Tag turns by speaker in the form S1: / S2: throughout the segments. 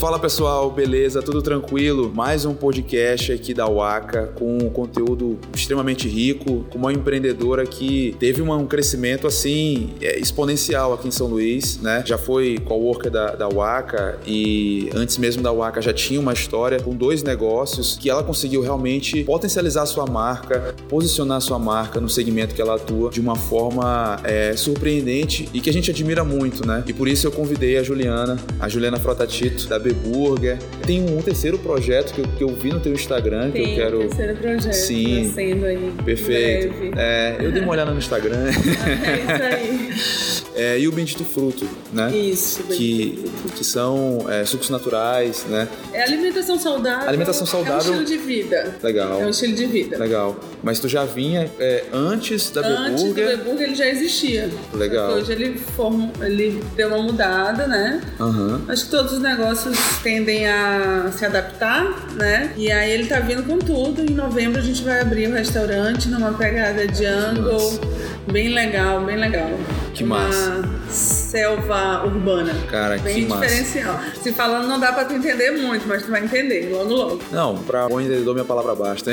S1: Fala pessoal, beleza? Tudo tranquilo? Mais um podcast aqui da Waka com um conteúdo extremamente rico, com uma empreendedora que teve uma- um crescimento assim é, exponencial aqui em São Luís, né? Já foi coworker da, da Waka e antes mesmo da Waka já tinha uma história com dois negócios que ela conseguiu realmente potencializar a sua marca, posicionar a sua marca no segmento que ela atua de uma forma é, surpreendente e que a gente admira muito, né? E por isso eu convidei a Juliana, a Juliana Frotatito, da Beburger. Tem um, terceiro projeto que eu, que eu vi no teu Instagram que eu
S2: Tem
S1: quero.
S2: o terceiro projeto
S1: Sim.
S2: nascendo aí. em
S1: Perfeito.
S2: breve.
S1: É, eu dei uma olhada no Instagram.
S2: É
S1: É, e o Bendito Fruto, né?
S2: isso aí. Isso.
S1: Que, que são é, sucos naturais, né?
S2: É alimentação saudável.
S1: Alimentação saudável.
S2: É um estilo de vida.
S1: Legal.
S2: É um estilo de vida.
S1: Legal. Mas tu já vinha é, antes da
S2: Antes do
S1: Beburger.
S2: Beburger ele já existia.
S1: Legal.
S2: Hoje ele, form... ele deu uma mudada, né?
S1: Aham.
S2: Acho que todos os negócios tendem a se adaptar, né? E aí ele tá vindo com tudo. Em novembro a gente vai abrir um restaurante numa pegada jungle.
S1: Nossa.
S2: Bem legal, bem legal.
S1: Que
S2: Uma
S1: massa.
S2: selva urbana.
S1: Cara,
S2: bem
S1: que massa.
S2: diferencial. Se falando não dá pra tu entender muito, mas tu vai entender logo logo.
S1: Não, pra bom entendedor, minha palavra basta.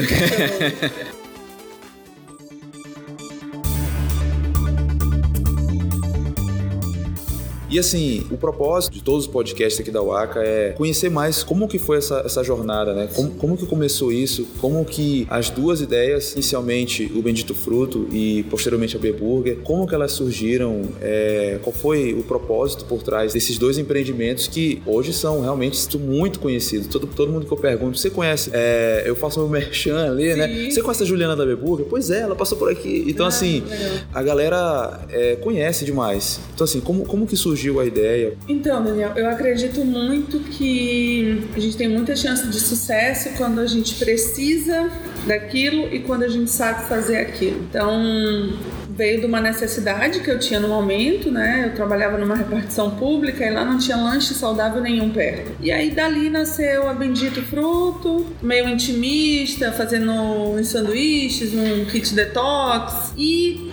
S1: E assim, o propósito de todos os podcasts aqui da Waka é conhecer mais como que foi essa, essa jornada, né? Como, como que começou isso, como que as duas ideias, inicialmente o Bendito Fruto e posteriormente a Beburger, como que elas surgiram, é, qual foi o propósito por trás desses dois empreendimentos que hoje são realmente muito conhecidos. Todo, todo mundo que eu pergunto, você conhece? É, eu faço meu merchan ali, né?
S2: Sim.
S1: Você conhece a Juliana da Beburger? Pois é, ela passou por aqui. Então
S2: Ah,
S1: assim,
S2: legal.
S1: a galera é, conhece demais. Então, assim, como, como que surgiu a ideia?
S2: Então, Daniel, eu acredito muito que a gente tem muita chance de sucesso quando a gente precisa daquilo e quando a gente sabe fazer aquilo. Então, veio de uma necessidade que eu tinha no momento, né? Eu trabalhava numa repartição pública e lá não tinha lanche saudável nenhum perto. E aí dali nasceu a Bendito Fruto, meio intimista, fazendo uns sanduíches, um kit detox e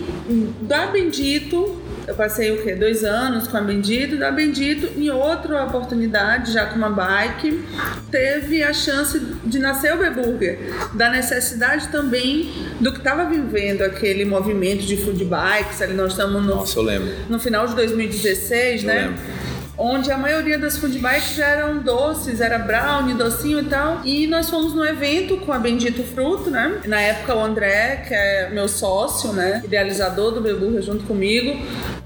S2: da Bendito eu passei o quê? Dois anos com a Bendito. Da Bendito, em outra oportunidade, já com uma bike, teve a chance de nascer o Beburger. Da necessidade também do que estava vivendo aquele movimento de food bikes. Ali nós estamos no,
S1: Nossa, eu lembro.
S2: no final de 2016,
S1: Eu
S2: né?
S1: lembro.
S2: Onde a maioria das food bikes eram doces, era brownie, docinho e tal. E nós fomos no evento com a Bendito Fruto, né? Na época o André, que é meu sócio, né? Idealizador do Beburra junto comigo.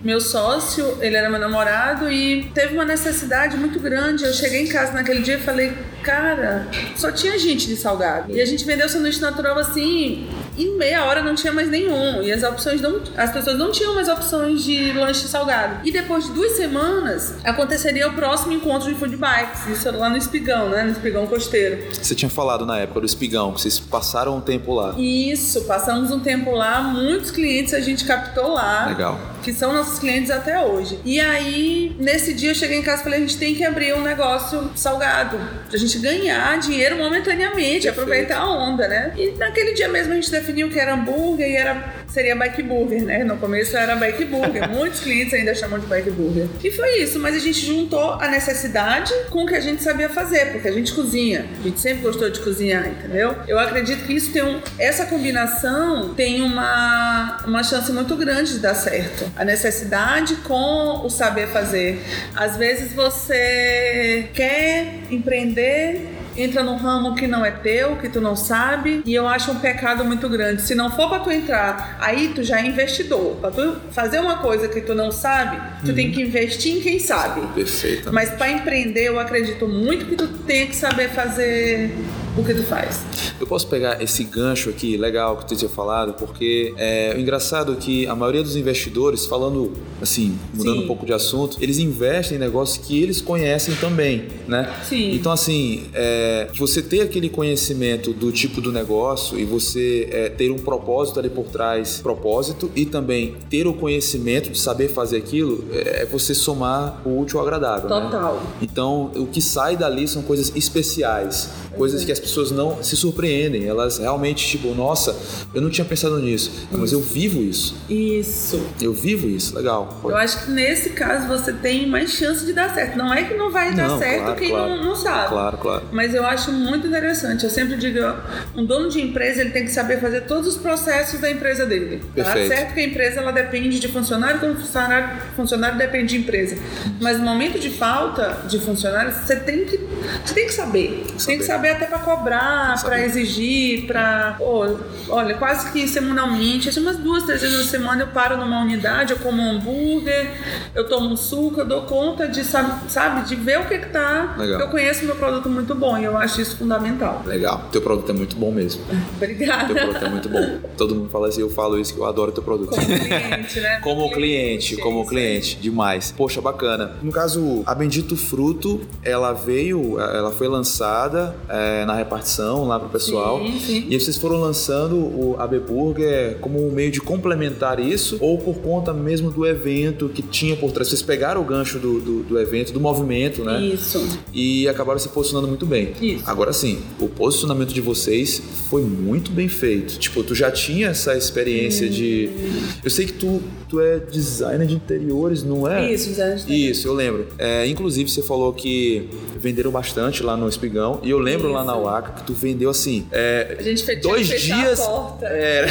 S2: Meu sócio, ele era meu namorado e teve uma necessidade muito grande. Eu cheguei em casa naquele dia e falei, cara, só tinha gente de salgado. E a gente vendeu sanduíche natural assim, em meia hora não tinha mais nenhum. E as opções não. As pessoas não tinham mais opções de lanche salgado. E depois de duas semanas, aconteceria o próximo encontro de food bikes. Isso lá no Espigão, né? No Espigão Costeiro.
S1: Você tinha falado na época do espigão, que vocês passaram um tempo lá.
S2: Isso, passamos um tempo lá, muitos clientes a gente captou lá.
S1: Legal.
S2: Que são nossos clientes até hoje. E aí, nesse dia, eu cheguei em casa e falei: a gente tem que abrir um negócio salgado. Pra gente ganhar dinheiro momentaneamente,
S1: Perfeito.
S2: aproveitar a onda, né? E naquele dia mesmo a gente definiu que era hambúrguer e era. Seria bike burger, né? No começo era bike burger. Muitos clientes ainda chamam de bike burger. E foi isso, mas a gente juntou a necessidade com o que a gente sabia fazer, porque a gente cozinha. A gente sempre gostou de cozinhar, entendeu? Eu acredito que isso tem um. Essa combinação tem uma, uma chance muito grande de dar certo. A necessidade com o saber fazer. Às vezes você quer empreender entra num ramo que não é teu, que tu não sabe, e eu acho um pecado muito grande. Se não for pra tu entrar, aí tu já é investidor. Pra tu fazer uma coisa que tu não sabe, tu tem que investir em quem sabe.
S1: Perfeito.
S2: Mas pra empreender, eu acredito muito que tu tem que saber fazer o que tu faz.
S1: Eu posso pegar esse gancho aqui, legal, que tu tinha falado, porque é o engraçado é que a maioria dos investidores, falando assim, mudando
S2: Sim.
S1: um pouco de assunto, eles investem em negócios que eles conhecem também, né?
S2: Sim.
S1: Então, assim, é, você ter aquele conhecimento do tipo do negócio e você é, ter um propósito ali por trás, propósito, e também ter o conhecimento de saber fazer aquilo, é é você somar o útil ao agradável. né?
S2: Total.
S1: Então, o que sai dali são coisas especiais, coisas que as pessoas não se surpreendem. Elas realmente, tipo, nossa, eu não tinha pensado nisso. Não, mas eu vivo isso.
S2: Isso.
S1: Eu vivo isso. Legal.
S2: Eu acho que nesse caso você tem mais chance de dar certo. Não é que não vai dar
S1: Não,
S2: certo
S1: claro,
S2: quem
S1: claro.
S2: não, não sabe.
S1: Claro, claro.
S2: Mas eu acho muito interessante. Eu sempre digo, um dono de empresa ele tem que saber fazer todos os processos da empresa dele. Tá
S1: Perfeito.
S2: certo que a empresa ela depende de funcionário, então funcionário, funcionário depende de empresa. Mas no momento de falta de funcionário, você tem que, você tem que saber. Você tem que saber até para cobrar,
S1: que
S2: para
S1: saber.
S2: exigir, para olha quase que semanalmente, assim, umas duas três vezes na semana eu paro numa unidade, eu como um hambúrguer, eu tomo um suco, eu dou conta de sabe, sabe, de ver o que que tá.
S1: Legal.
S2: Eu conheço meu produto muito bom e eu acho isso fundamental.
S1: Legal. Teu produto é muito bom mesmo. Teu
S2: Obrigada.
S1: produto é muito bom. Todo mundo fala assim, eu falo isso, que eu adoro teu produto.
S2: Como cliente, né?
S1: Como cliente, como cliente, demais. Poxa, bacana. No caso, a Bendito Fruto, ela veio, é, ela foi lançada eh, na repartição lá pro pessoal.
S2: Sim, sim.
S1: E aí vocês foram lançando o AB Burger como um meio de complementar isso, ou por conta mesmo do evento que tinha por trás. Vocês pegaram o gancho do, do, do evento, do movimento, né?
S2: Isso.
S1: E acabaram se posicionando muito bem.
S2: Isso.
S1: Agora sim, o posicionamento de vocês foi muito bem feito. Tipo, tu já tinha essa experiência de. Eu sei que tu, tu é designer de interiores, não é?
S2: Isso, design de
S1: Isso, eu lembro. É, inclusive, você falou que venderam bastante lá no Espigão. E eu lembro lá na
S2: Isso.
S1: UACA que tu vendeu assim. É,
S2: A gente fe- tinha
S1: dois
S2: que fechar
S1: dias.
S2: a porta.
S1: é,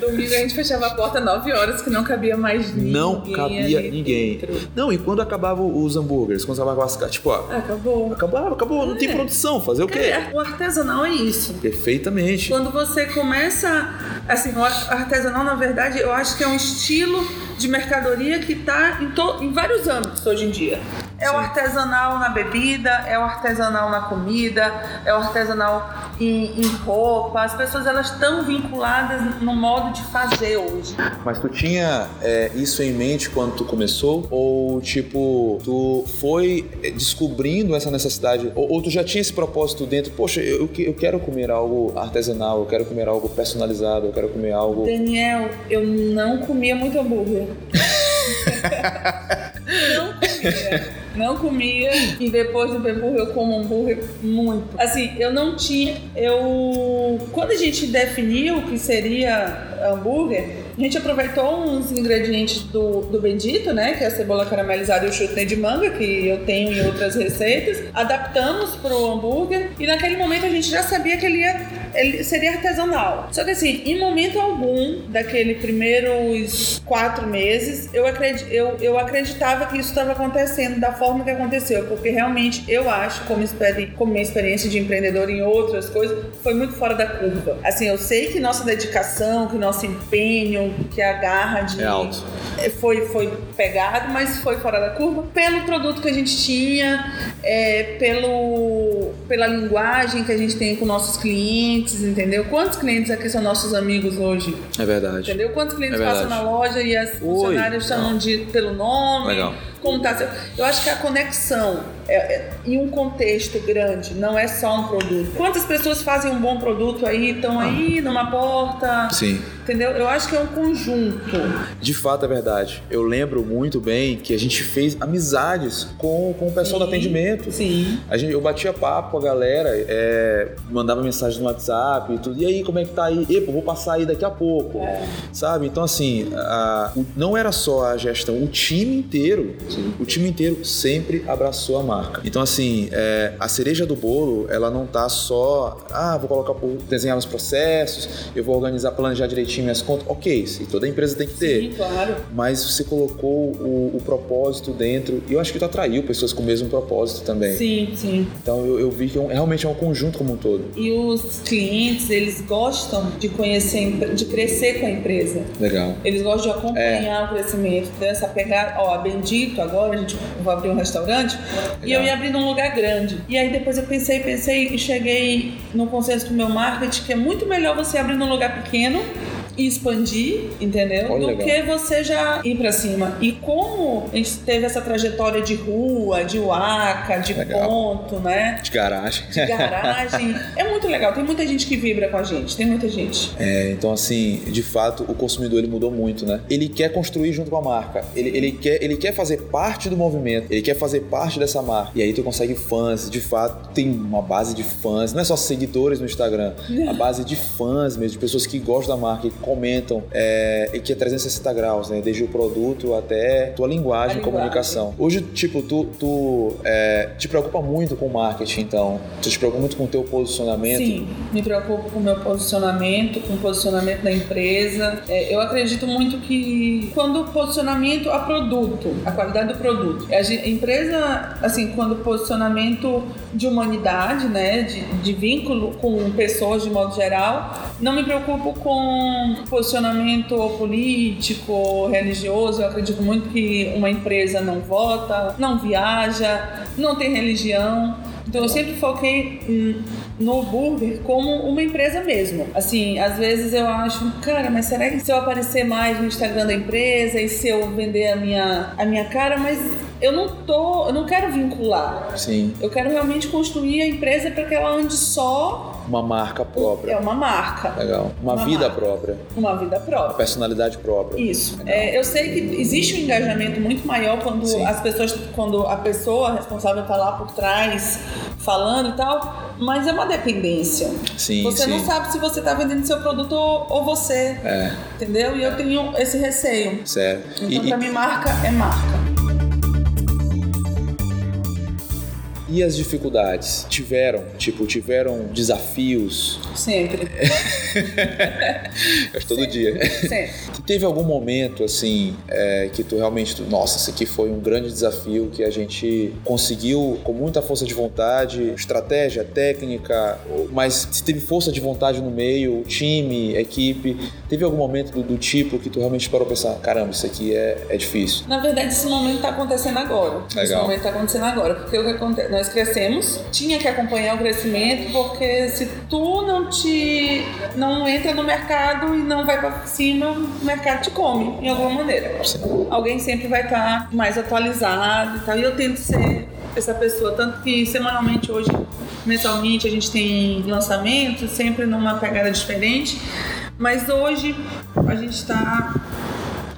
S2: Domingo a gente fechava a porta 9 horas, que não cabia mais ninguém.
S1: Não cabia
S2: ali
S1: ninguém.
S2: dentro.
S1: Não, e quando acabavam os hambúrgueres? Quando acabava as ca- Tipo, ó,
S2: Acabou.
S1: acabava, acabou, não tem produção, fazer o quê?
S2: É, o artesanal é isso.
S1: Perfeitamente.
S2: Quando você começa, assim, o artesanal, na verdade, eu acho que é um estilo de mercadoria que está em, to- em vários âmbitos hoje em dia. É o
S1: Sim.
S2: artesanal na bebida, é o artesanal na comida, é o artesanal em, em roupa. As pessoas elas estão vinculadas no modo de fazer hoje.
S1: Mas tu tinha é, isso em mente quando tu começou? Ou, tipo, tu foi é, descobrindo essa necessidade? Ou, ou tu já tinha esse propósito dentro? Poxa, eu, que- eu quero comer algo artesanal, eu quero comer algo personalizado, eu quero comer algo...
S2: Daniel, eu não comia muito hambúrguer. não comia. Não comia. E depois do hambúrguer, eu como hambúrguer muito. Assim, eu não tinha. Eu. Quando a gente definiu o que seria hambúrguer, a gente aproveitou uns ingredientes do, do Bendito, né? Que é a cebola caramelizada e o chutney de manga, que eu tenho em outras receitas. Adaptamos pro hambúrguer. E naquele momento a gente já sabia que ele ia ele seria artesanal. Só que assim, em momento algum daquele primeiros quatro meses, eu, acredi eu, eu acreditava que isso estava acontecendo da forma que aconteceu, porque realmente eu acho, como, experi como minha experiência de empreendedor em outras coisas, foi muito fora da curva. Assim, eu sei que nossa dedicação, que nosso empenho, que a garra de
S1: É alto.
S2: é, foi, foi pegado, mas foi fora da curva pelo produto que a gente tinha, é, pelo, pela linguagem que a gente tem com nossos clientes, entendeu? Quantos clientes aqui são nossos amigos hoje?
S1: É verdade.
S2: Entendeu? Quantos clientes
S1: É
S2: passam na
S1: verdade.
S2: loja e as funcionárias chamam de, pelo nome?
S1: Legal.
S2: Como tá seu- Eu acho que a conexão é, é, em um contexto grande, não é só um produto. Quantas pessoas fazem um bom produto aí, estão aí numa porta,
S1: Ah. Sim.
S2: entendeu? Eu acho que é um conjunto.
S1: De fato é verdade. Eu lembro muito bem que a gente fez amizades com, com o pessoal do
S2: Sim,
S1: É atendimento.
S2: Sim.
S1: A gente, eu batia papo com a galera, é, mandava mensagem no WhatsApp e tudo. E aí, como é que tá aí? Epa, vou passar aí daqui a pouco.
S2: É.
S1: Sabe? Então, assim, a- o- não era só a gestão, o time inteiro, o time inteiro sempre abraçou a marca. Então, assim, é, a cereja do bolo, ela não tá só, ah, vou colocar, vou desenhar os processos, eu vou organizar, planejar direitinho minhas contas. Ok, isso toda empresa tem que ter
S2: Sim, claro.
S1: mas você colocou o, o propósito dentro e eu acho que tu atraiu pessoas com o mesmo propósito também.
S2: Sim, sim.
S1: Então eu, eu vi que é um- realmente é um conjunto como um todo.
S2: E os clientes, eles gostam de conhecer, a empre- de crescer com a empresa.
S1: Legal.
S2: Eles gostam
S1: É.
S2: de acompanhar o crescimento, dessa pegada. Ó, a Bendito, agora a gente vai abrir um restaurante. E eu
S1: Legal.
S2: ia abrir num lugar grande. E aí depois eu pensei, pensei e cheguei no consenso do meu marketing que é muito melhor você abrir num lugar pequeno e expandir, entendeu?
S1: Olha,
S2: do
S1: legal.
S2: que você já ir pra cima. E como a gente teve essa trajetória de rua, de uaca, de
S1: Legal.
S2: ponto, né?
S1: De garagem.
S2: de garagem. é muito muito legal. Tem muita gente que vibra com a gente, tem muita gente.
S1: É, então assim, de fato, o consumidor ele mudou muito, né? Ele quer construir junto com a marca. Ele, ele, quer, ele quer fazer parte do movimento. Ele quer fazer parte dessa marca. E aí tu consegue fãs. De fato, tem uma base de fãs. Não é só seguidores no Instagram. A base de fãs mesmo, de pessoas que gostam da marca, que comentam. É, e que é 360 graus, né? Desde o produto até tua linguagem,
S2: A linguagem.
S1: comunicação. Hoje, tipo, tu, tu é, te preocupa muito com o marketing, então. Tu te preocupa muito com o teu posicionamento.
S2: Sim, me preocupo com o meu posicionamento, com o posicionamento da empresa. É, eu acredito muito que quando o posicionamento a produto, a qualidade do produto. A, gen- a empresa, assim, quando o posicionamento de humanidade, né, de, de vínculo com pessoas de modo geral, não me preocupo com posicionamento político, ou religioso. Eu acredito muito que uma empresa não vota, não viaja, não tem religião. Então eu sempre foquei hum, no burger como uma empresa mesmo. Assim, às vezes eu acho, cara, mas será que se eu aparecer mais no Instagram da empresa e se eu vender a minha, a minha cara, mas eu não tô, eu não quero vincular.
S1: Sim.
S2: Eu quero realmente construir a empresa para que ela ande só.
S1: Uma marca própria. É.
S2: É uma marca,
S1: Legal. Uma,
S2: Uma
S1: vida
S2: marca.
S1: própria.
S2: uma vida
S1: Uma
S2: própria.
S1: personalidade própria.
S2: Isso. É, eu sei que existe um engajamento muito maior quando
S1: Sim.
S2: as pessoas, quando a pessoa responsável está lá por trás falando e tal, mas é uma dependência.
S1: Sim,
S2: você
S1: sim.
S2: não sabe se você está vendendo seu produto ou, ou você,
S1: É,
S2: entendeu? E eu tenho esse receio.
S1: sério. E-
S2: Então,
S1: e-
S2: para mim, marca é marca.
S1: E as dificuldades? Tiveram, tipo, tiveram desafios?
S2: Sempre.
S1: Acho todo dia.
S2: Sempre.
S1: Teve algum momento, assim, é, que tu realmente, tu, nossa, isso aqui foi um grande desafio que a gente conseguiu com muita força de vontade, estratégia, técnica, mas se teve força de vontade no meio, time, equipe, teve algum momento do, do tipo que tu realmente parou pra pensar, caramba, isso aqui é, é difícil?
S2: Na verdade, esse momento está acontecendo agora. Esse
S1: Legal.
S2: momento está acontecendo agora. Porque o que acontece? Nós crescemos, tinha que acompanhar o crescimento, porque se tu não te. não entra no mercado e não vai pra cima, o mercado te come, de alguma maneira.
S1: Sim.
S2: Alguém sempre vai estar mais atualizado e tal. E eu tento ser essa pessoa. Tanto que semanalmente, hoje, mensalmente, a gente tem lançamentos, sempre numa pegada diferente. Mas hoje a gente tá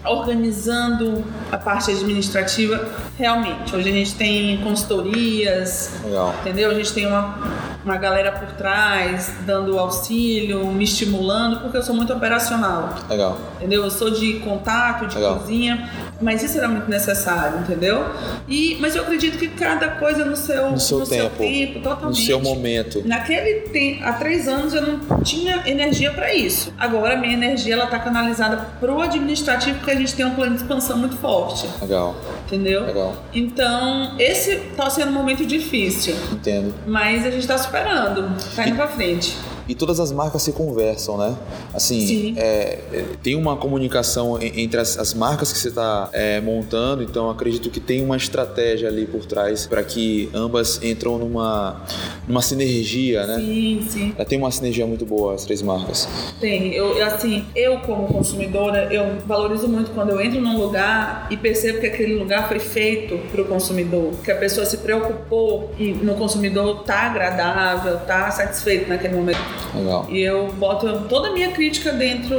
S2: está organizando a parte administrativa realmente. Hoje a gente tem consultorias,
S1: Legal.
S2: entendeu? A gente tem uma, uma galera por trás dando auxílio, me estimulando, porque eu sou muito operacional,
S1: Legal.
S2: entendeu? Eu sou de contato, de
S1: Legal.
S2: cozinha, mas isso era muito necessário, entendeu? E, mas eu acredito que cada coisa no seu,
S1: No seu tempo, No
S2: totalmente.
S1: seu momento.
S2: Naquele tempo, há três anos eu não tinha energia para isso. Agora a minha energia ela tá canalizada pro administrativo porque a gente tem um plano de expansão muito forte,
S1: Legal,
S2: entendeu?
S1: legal.
S2: Então, esse tá sendo um momento difícil,
S1: Entendo.
S2: mas a gente tá superando, tá indo pra frente.
S1: E todas as marcas se conversam, né? Assim,
S2: Sim.
S1: é, é, tem uma comunicação en- entre as, as marcas que você está montando, então acredito que tem uma estratégia ali por trás para que ambas entram numa, numa sinergia, né?
S2: Sim, sim,
S1: Ela tem uma sinergia muito boa, as três marcas.
S2: tem. Eu, eu, assim, eu como consumidora, eu valorizo muito quando eu entro num lugar e percebo que aquele lugar foi feito pro consumidor, que a pessoa se preocupou e no consumidor tá agradável, tá satisfeito naquele momento.
S1: Legal.
S2: E eu boto toda a minha crítica dentro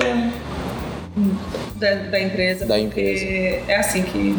S2: da, da empresa.
S1: Da
S2: porque
S1: empresa.
S2: É assim que.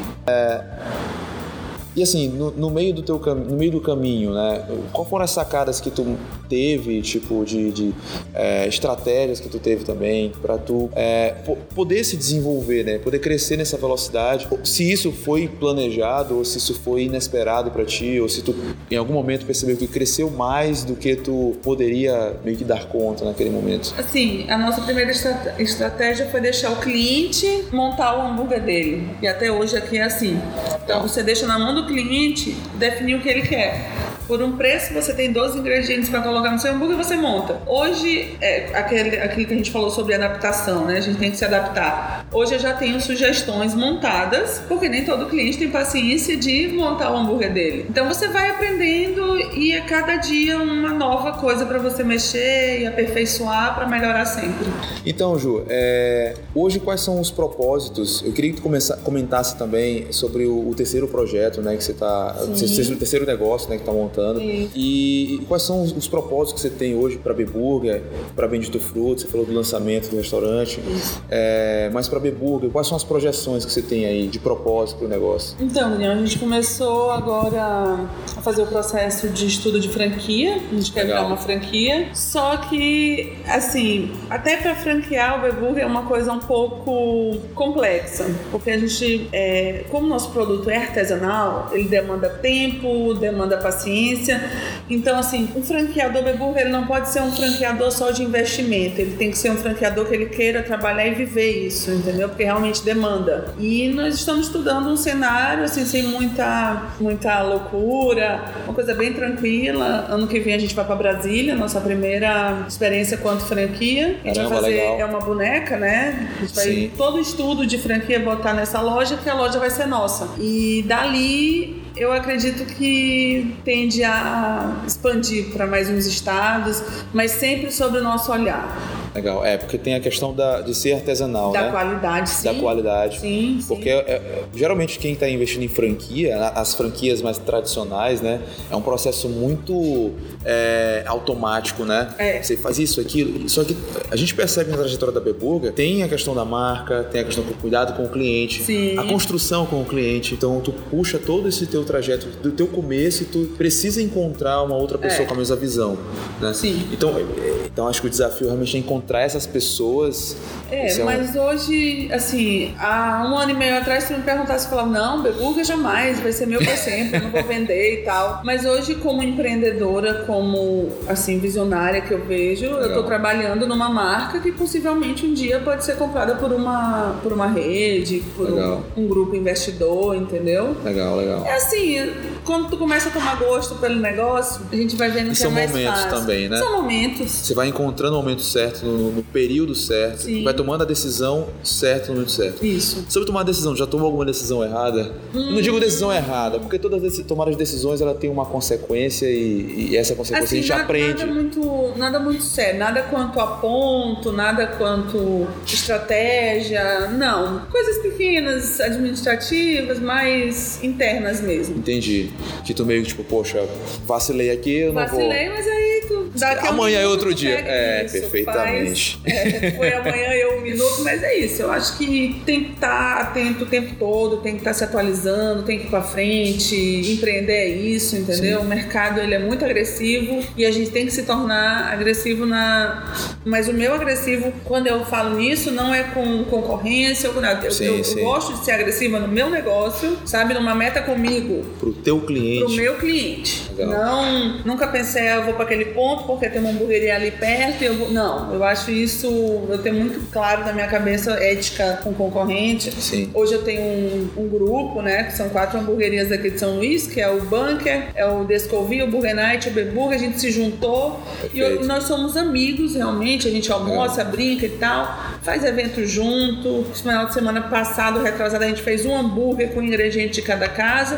S1: E assim, no, no meio do teu cam- no meio do caminho, né? Qual foram as sacadas que tu teve, tipo, de, de, é, estratégias que tu teve também para tu é, po- poder se desenvolver, né? Poder crescer nessa velocidade. Se isso foi planejado ou se isso foi inesperado para ti, ou se tu em algum momento percebeu que cresceu mais do que tu poderia meio que dar conta naquele momento.
S2: Assim, a nossa primeira estra- estratégia foi deixar o cliente montar o hambúrguer dele. E até hoje aqui é assim. Então você deixa na mão do cliente definir o que ele quer. Por um preço, você tem 12 ingredientes para colocar no seu hambúrguer e você monta. Hoje, é aquele, aquilo que a gente falou sobre adaptação, né? A gente tem que se adaptar. Hoje eu já tenho sugestões montadas, porque nem todo cliente tem paciência de montar o hambúrguer dele. Então você vai aprendendo e a cada dia uma nova coisa para você mexer e aperfeiçoar para melhorar sempre.
S1: Então, Ju, é, hoje quais são os propósitos? Eu queria que tu começa- comentasse também sobre o, o terceiro projeto, né, que você está,
S2: Sim.
S1: o terceiro negócio, né, que está voltando.
S2: Sim.
S1: E, e quais são os, os propósitos que você tem hoje para Beburger, para Bendito Fruto? Você falou do lançamento do restaurante. É, mas para Beburger, quais são as projeções que você tem aí de propósito para o negócio?
S2: Então, Daniel, a gente começou agora a fazer o processo de estudo de franquia. A gente quer
S1: Legal.
S2: virar uma franquia. Só que, assim, até para franquear o Beburger é uma coisa um pouco complexa. Porque a gente, é, como nosso produto é artesanal, ele demanda tempo, demanda paciência. Então, assim, um franqueador Beburger ele não pode ser um franqueador só de investimento. Ele tem que ser um franqueador que ele queira trabalhar e viver isso, entendeu? Porque realmente demanda. E nós estamos estudando um cenário, assim, sem muita, muita loucura, uma coisa bem tranquila. Ano que vem a gente vai para Brasília, nossa primeira experiência quanto franquia. A gente vai
S1: Caramba,
S2: fazer
S1: legal.
S2: é uma boneca, né? A gente vai
S1: Sim.
S2: todo estudo de franquia botar nessa loja, que a loja vai ser nossa. E dali eu acredito que tende a expandir para mais uns estados, mas sempre sobre o nosso olhar
S1: Legal. É, porque tem a questão da, de ser artesanal,
S2: da
S1: né?
S2: qualidade, sim.
S1: da qualidade.
S2: Sim, sim.
S1: Porque é, é, geralmente quem está investindo em franquia, na- as franquias mais tradicionais, né? É um processo muito é, automático, né?
S2: É.
S1: Você faz isso, aquilo. Só que a gente percebe na trajetória da Beburga, tem a questão da marca, tem a questão do cuidado com o cliente,
S2: Sim.
S1: a construção com o cliente. Então tu puxa todo esse teu trajeto do teu começo e tu precisa encontrar uma outra pessoa
S2: É.
S1: com a mesma visão, né?
S2: Sim.
S1: Então, é, é, então acho que o desafio realmente é encontrar essas pessoas.
S2: É,
S1: Isso um-
S2: mas hoje, assim, há um ano e meio atrás, se tu me perguntasse, eu falava, não, Beburga jamais, vai ser meu pra sempre, eu não vou vender e tal. Mas hoje, como empreendedora, como, assim, visionária que eu vejo, eu tô
S1: Legal.
S2: trabalhando numa marca que possivelmente um dia pode ser comprada por uma, por uma rede, por um,
S1: Legal.
S2: um grupo investidor, entendeu?
S1: Legal, legal.
S2: É assim, quando tu começa a tomar gosto pelo negócio, a gente vai vendo
S1: E
S2: que é
S1: são
S2: mais
S1: momentos
S2: fácil.
S1: também, né?
S2: São momentos.
S1: Você vai encontrando o momento certo, no, no período certo,
S2: Sim.
S1: vai tomando a decisão certa no momento certo.
S2: tipo Isso.
S1: Sobre tomar decisão, já tomou alguma decisão errada? Eu Não digo
S2: Hum.
S1: decisão errada, porque todas as tomar as decisões ela tem uma consequência e, e essa consequência a gente
S2: Assim, nada,
S1: aprende.
S2: Nada muito, nada muito sério, nada quanto a ponto, nada quanto estratégia, não. Coisas pequenas, administrativas, mais internas mesmo.
S1: Entendi. Que tu meio que tipo, poxa, vacilei aqui, eu não
S2: Vacilei, mas aí tu dá aquela
S1: Amanhã é outro
S2: tu
S1: dia.
S2: pega
S1: É,
S2: isso,
S1: perfeitamente.
S2: faz. É, foi amanhã eu um minuto, mas é isso. Eu acho que tem que estar atento o tempo todo, tem que estar se atualizando, tem que ir pra frente, empreender é isso, entendeu? O mercado ele é muito agressivo e a gente tem que se tornar agressivo na. Mas o meu agressivo, quando eu falo nisso, não é com concorrência ou com nada. Eu,
S1: Sim,
S2: eu- eu
S1: sim.
S2: gosto de ser agressiva no meu negócio, sabe? Numa meta comigo
S1: vou pro teu
S2: pro
S1: cliente.
S2: meu cliente.
S1: Legal.
S2: Não, nunca pensei, ah, eu vou para aquele ponto porque tem uma hamburgueria ali perto. e Eu vou... Não, eu acho isso, eu tenho muito claro na minha cabeça ética com concorrente.
S1: Sim.
S2: Hoje eu tenho um, um grupo, né, que são quatro hamburguerias aqui de São Luís, que é o Bunker, é o Descovil, o Burger Night, o Beburger, a gente se juntou e eu-
S1: Perfeito. É.
S2: nós somos amigos realmente, a gente almoça, brinca e tal, faz evento junto. Esse final de semana passado, retrasado, a gente fez um hambúrguer com ingrediente de cada casa.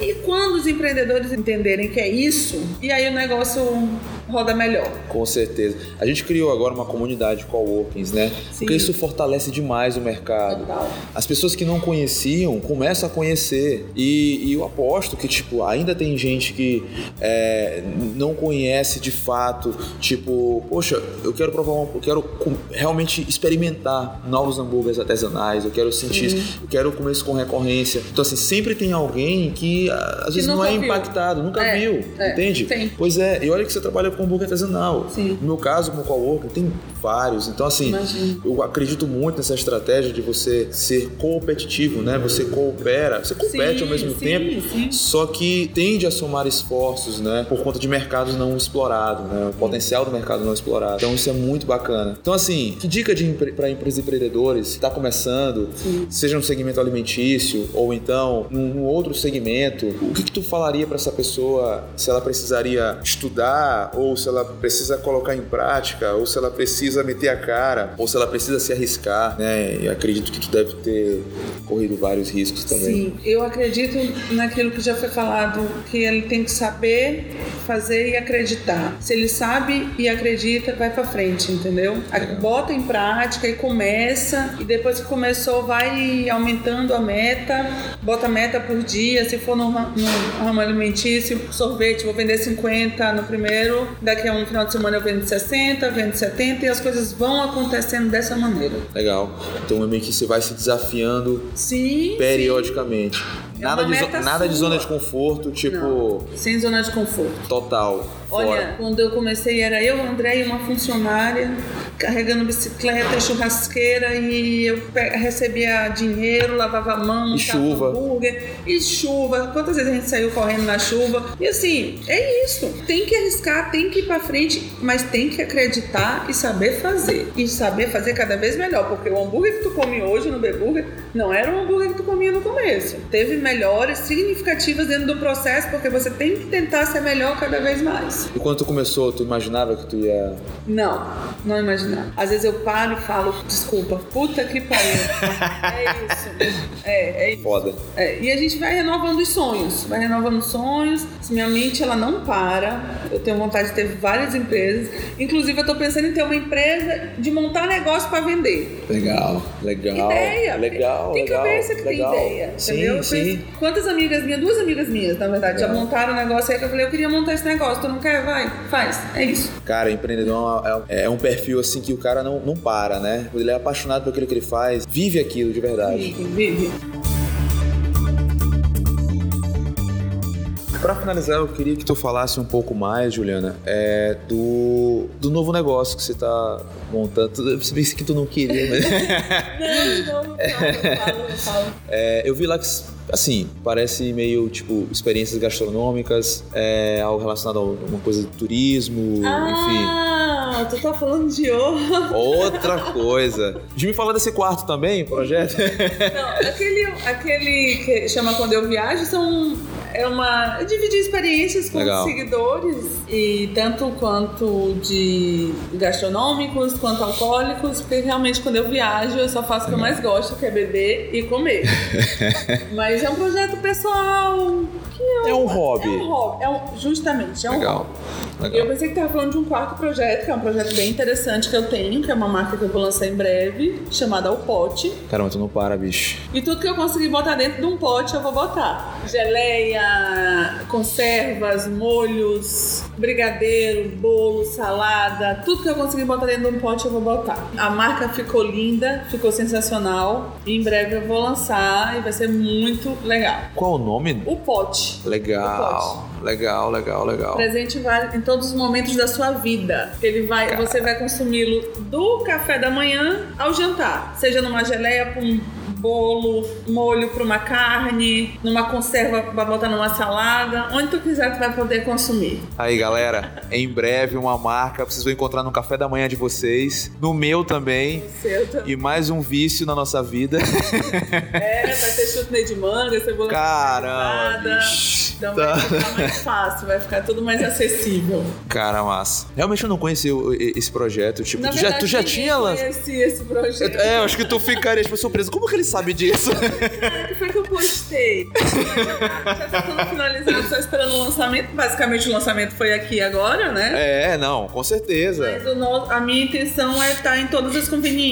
S1: É.
S2: E quando os empreendedores entenderem que é isso, e aí o negócio roda melhor.
S1: Com certeza. A gente criou agora uma comunidade de coworkings, né?
S2: Sim.
S1: Porque isso fortalece demais o mercado.
S2: Total.
S1: As pessoas que não conheciam começam a conhecer. E, e eu aposto que, tipo, ainda tem gente que é, não conhece de fato. Tipo, poxa, eu quero provar um, eu quero com- realmente experimentar novos hambúrgueres artesanais, eu quero sentir isso, eu quero comer isso com recorrência. Então, assim, sempre tem alguém que ah, às
S2: Que
S1: vezes não
S2: nunca
S1: é
S2: viu.
S1: impactado, nunca
S2: É,
S1: viu.
S2: é,
S1: entende?
S2: tem.
S1: Pois é, e olha que você trabalha com hambúrguer artesanal.
S2: Sim.
S1: No meu caso, como coworker, tem vários. Então, assim,
S2: Imagino.
S1: eu acredito muito nessa estratégia de você ser competitivo, né? Você coopera, você compete
S2: Sim,
S1: ao mesmo
S2: sim,
S1: tempo,
S2: sim.
S1: só que tende a somar esforços, né? Por conta de mercados não explorados, né? O potencial do mercado não explorado. Então, isso é muito bacana. Então, assim, que dica de empre para empresas e empreendedores que está começando, seja no segmento alimentício ou então num, num outro segmento, o que, que tu falaria para essa pessoa se ela precisaria estudar ou ou se ela precisa colocar em prática, ou se ela precisa meter a cara, ou se ela precisa se arriscar, né? E acredito que tu deve ter corrido vários riscos também.
S2: Sim, eu acredito naquilo que já foi falado, que ele tem que saber fazer e acreditar. Se ele sabe e acredita, vai para frente, entendeu? Bota em prática e começa, e depois que começou, vai aumentando a meta, bota a meta por dia, se for no, ra- no ramo alimentício, sorvete, vou vender 50 no primeiro, daqui a um final de semana eu vendo 60, vendo 70, e as coisas vão acontecendo dessa maneira.
S1: Legal. Então é meio que você vai se desafiando
S2: Sim,
S1: periodicamente.
S2: É
S1: Nada,
S2: uma
S1: de, zo-
S2: meta
S1: nada de
S2: sua.
S1: zona de conforto, tipo,
S2: Não. sem zona de conforto.
S1: total.
S2: Olha,
S1: Fora.
S2: quando eu comecei era eu, André e uma funcionária carregando bicicleta, churrasqueira e eu pe- recebia dinheiro, lavava a mão,
S1: E
S2: montava
S1: chuva.
S2: hambúrguer e chuva. Quantas vezes a gente saiu correndo na chuva? E assim, é isso. Tem que arriscar, tem que ir pra frente, mas tem que acreditar e saber fazer. E saber fazer cada vez melhor, porque o hambúrguer que tu come hoje no Beburger não era o hambúrguer que tu comia no começo. Teve melhores significativas dentro do processo, porque você tem que tentar ser melhor cada vez mais.
S1: E quando tu começou, tu imaginava que tu ia.
S2: Não, não imaginava. Às vezes eu paro e falo, desculpa, puta que pariu. é isso. É, é isso.
S1: Foda.
S2: É, e a gente vai renovando os sonhos, vai renovando os sonhos. Se Minha mente ela não para. Eu tenho vontade de ter várias empresas. Inclusive eu tô pensando em ter uma empresa de montar negócio para vender.
S1: Legal, legal.
S2: Ideia.
S1: Legal,
S2: tem
S1: legal.
S2: cabeça que
S1: legal.
S2: tem ideia,
S1: Sim,
S2: entendeu? Eu
S1: sim.
S2: penso- quantas amigas minhas, duas amigas minhas, na verdade, já
S1: Legal.
S2: montaram um negócio aí que eu falei, eu queria montar esse negócio, tu não quer? Vai, faz. É isso.
S1: Cara, empreendedor é um- é, um perfil assim que o cara não, não para, né? Ele é apaixonado por aquilo que ele faz, vive aquilo de verdade.
S2: Vive, vive.
S1: Pra finalizar, eu queria que tu falasse um pouco mais, Juliana, é, do, do novo negócio que você tá montando. Tu- Eu percebi que tu não queria, né?
S2: Não, não, não, eu falo, eu falo.
S1: É, eu vi lá que, assim, parece meio, tipo, experiências gastronômicas, é, algo relacionado a uma coisa de turismo, enfim.
S2: Ah, tu tá falando de ovo.
S1: Outra coisa. De me falar desse quarto também, projeto.
S2: Não, aquele, aquele que chama Quando Eu Viajo são. É uma. Eu dividi experiências com
S1: Legal.
S2: os seguidores, e tanto quanto de gastronômicos quanto alcoólicos, porque realmente quando eu viajo eu só faço o que eu mais gosto, que é beber e comer. Mas é um projeto pessoal que eu-
S1: É um hobby.
S2: É um hobby, é um- justamente, é um
S1: Legal.
S2: eu
S1: Legal.
S2: pensei que tava falando de um quarto projeto, que é um projeto bem interessante que eu tenho, que é uma marca que eu vou lançar em breve, chamada O Pote.
S1: Caramba, tu não para, bicho.
S2: E tudo que eu conseguir botar dentro de um pote, eu vou botar. Geleia, conservas, molhos, brigadeiro, bolo, salada, tudo que eu conseguir botar dentro de um pote, eu vou botar. A marca ficou linda, ficou sensacional. E em breve eu vou lançar e vai ser muito legal.
S1: Qual o nome?
S2: O pote.
S1: Legal. Legal, legal, legal.
S2: Presente em va- em todos os momentos da sua vida. Ele vai, você vai consumi-lo do café da manhã ao jantar. Seja numa geleia, pra um bolo, um molho para uma carne, numa conserva para botar numa salada, onde tu quiser tu vai poder consumir.
S1: Aí, galera, em breve uma marca, vocês vão encontrar no café da manhã de vocês, no meu também.
S2: Seu também.
S1: E mais um vício na nossa vida.
S2: É, vai ter chutney de manga, cebola
S1: Caramba!
S2: caramelizada.
S1: bicho.
S2: Então
S1: Tá.
S2: vai ficar mais fácil, vai ficar tudo mais acessível.
S1: Cara, massa. Realmente eu não conhecia o- e- esse projeto. Tipo,
S2: Na
S1: tu, já,
S2: verdade,
S1: tu já
S2: ninguém
S1: tinha lançado.
S2: conhece esse projeto.
S1: É, eu acho que tu ficaria tipo, surpreso. Como que ele sabe disso?
S2: é que foi que eu postei? Já tá tudo finalizado, só esperando o lançamento. Basicamente, o lançamento foi aqui agora, né?
S1: É, não, com certeza.
S2: Mas o no- a minha intenção é estar em todas as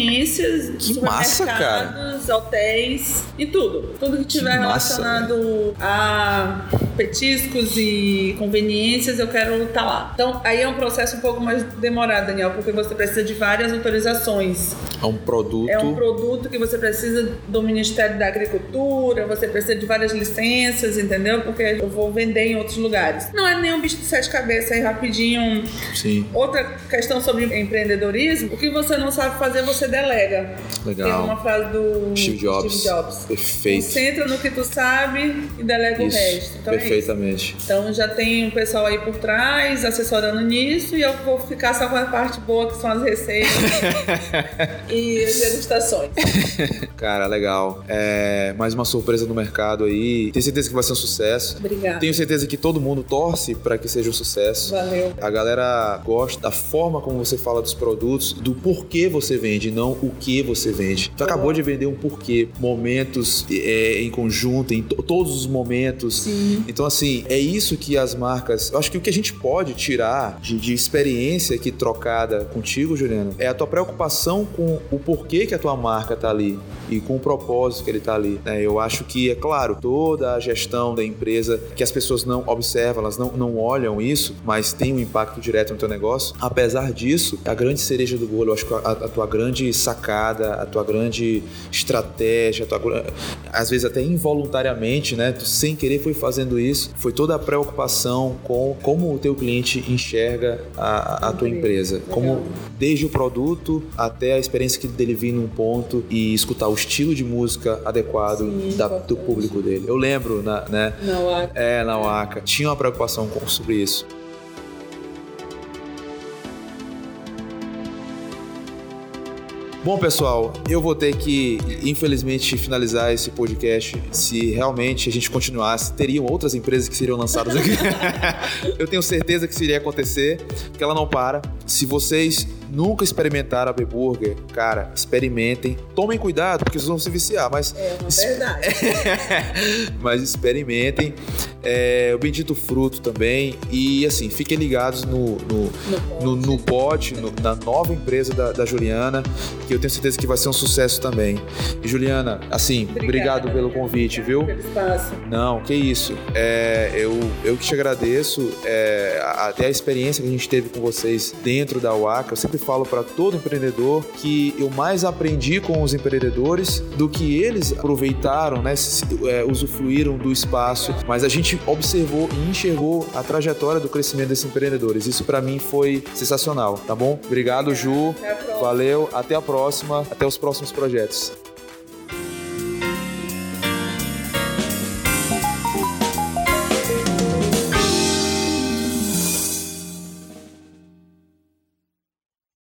S2: conveniências,
S1: Que massa,
S2: supermercados, hotéis e tudo. Tudo que tiver
S1: Que massa,
S2: relacionado a petiscos e conveniências, eu quero estar lá. Então, aí é um processo um pouco mais demorado, Daniel, porque você precisa de várias autorizações.
S1: É um produto.
S2: É um produto que você precisa do Ministério da Agricultura, você precisa de várias licenças, entendeu? Porque eu vou vender em outros lugares. Não é nem um bicho de sete cabeças aí rapidinho.
S1: Sim,
S2: Outra questão sobre empreendedorismo: o que você não sabe fazer, você delega. Tem É uma
S1: legal.
S2: frase do
S1: Steve Jobs.
S2: Steve Jobs.
S1: Perfeito.
S2: Concentra no que tu sabe e delega o resto.
S1: Isso,
S2: Então é isso.
S1: perfeitamente.
S2: Então já tem um pessoal aí por trás assessorando nisso e eu vou ficar só com a parte boa que são as receitas e as degustações.
S1: Cara, legal. É, mais uma surpresa no mercado aí. Tenho certeza que vai ser um sucesso.
S2: Obrigada.
S1: Tenho certeza que todo mundo torce para que seja um sucesso.
S2: Valeu.
S1: A galera gosta da forma como você fala dos produtos, do porquê você vende, não o que você vende. Tu acabou de vender um porquê, momentos é, em conjunto, em to- todos os momentos.
S2: Sim.
S1: Então, assim, é isso que as marcas. Eu acho que o que a gente pode tirar de, de experiência aqui trocada contigo, Juliana, é a tua preocupação com o porquê que a tua marca tá ali e com o propósito que ele tá ali. né? Eu acho que, é claro, toda a gestão da empresa, que as pessoas não observam, elas não, não olham isso, mas tem um impacto direto no teu negócio. Apesar disso, a grande cereja do bolo, eu acho que a, a tua grande sacada, a tua grande estratégia, a tua, gra- às vezes até involuntariamente, né? Tu sem querer foi fazendo isso. Foi toda a preocupação com como o teu cliente enxerga a, a tua empresa. Como desde o produto até a experiência que dele vir num ponto e escutar o estilo de música adequado
S2: Sim,
S1: da- do
S2: importante.
S1: público dele. Eu lembro, na- né?
S2: Não, a...
S1: É, na Waka. Tinha uma preocupação com- sobre isso. Bom, pessoal, eu vou ter que, infelizmente, finalizar esse podcast. Se realmente a gente continuasse, teriam outras empresas que seriam lançadas aqui. eu tenho certeza que isso iria acontecer, que ela não para. Se vocês nunca experimentaram a Beburger, cara, experimentem. Tomem cuidado, porque vocês vão se viciar, mas
S2: é uma
S1: Isso-
S2: verdade.
S1: mas experimentem. É, o Bendito Fruto também. E assim, fiquem ligados no, no, no, no bot, no- na nova empresa da, da Juliana, que eu tenho certeza que vai ser um sucesso também. E Juliana, assim,
S2: Obrigada.
S1: obrigado pelo convite, viu?
S2: Pelo espaço.
S1: Não, que isso. É, eu, eu que te agradeço. é, a- até a experiência que a gente teve com vocês dentro da UACA. Eu sempre falo para todo empreendedor que eu mais aprendi com os empreendedores do que eles aproveitaram, né, se- é, usufruíram do espaço. Mas a gente observou e enxergou a trajetória do crescimento desses empreendedores. Isso para mim foi sensacional, tá bom? Obrigado, Ju.
S2: Até a próxima.
S1: Valeu, até a próxima, até os próximos projetos.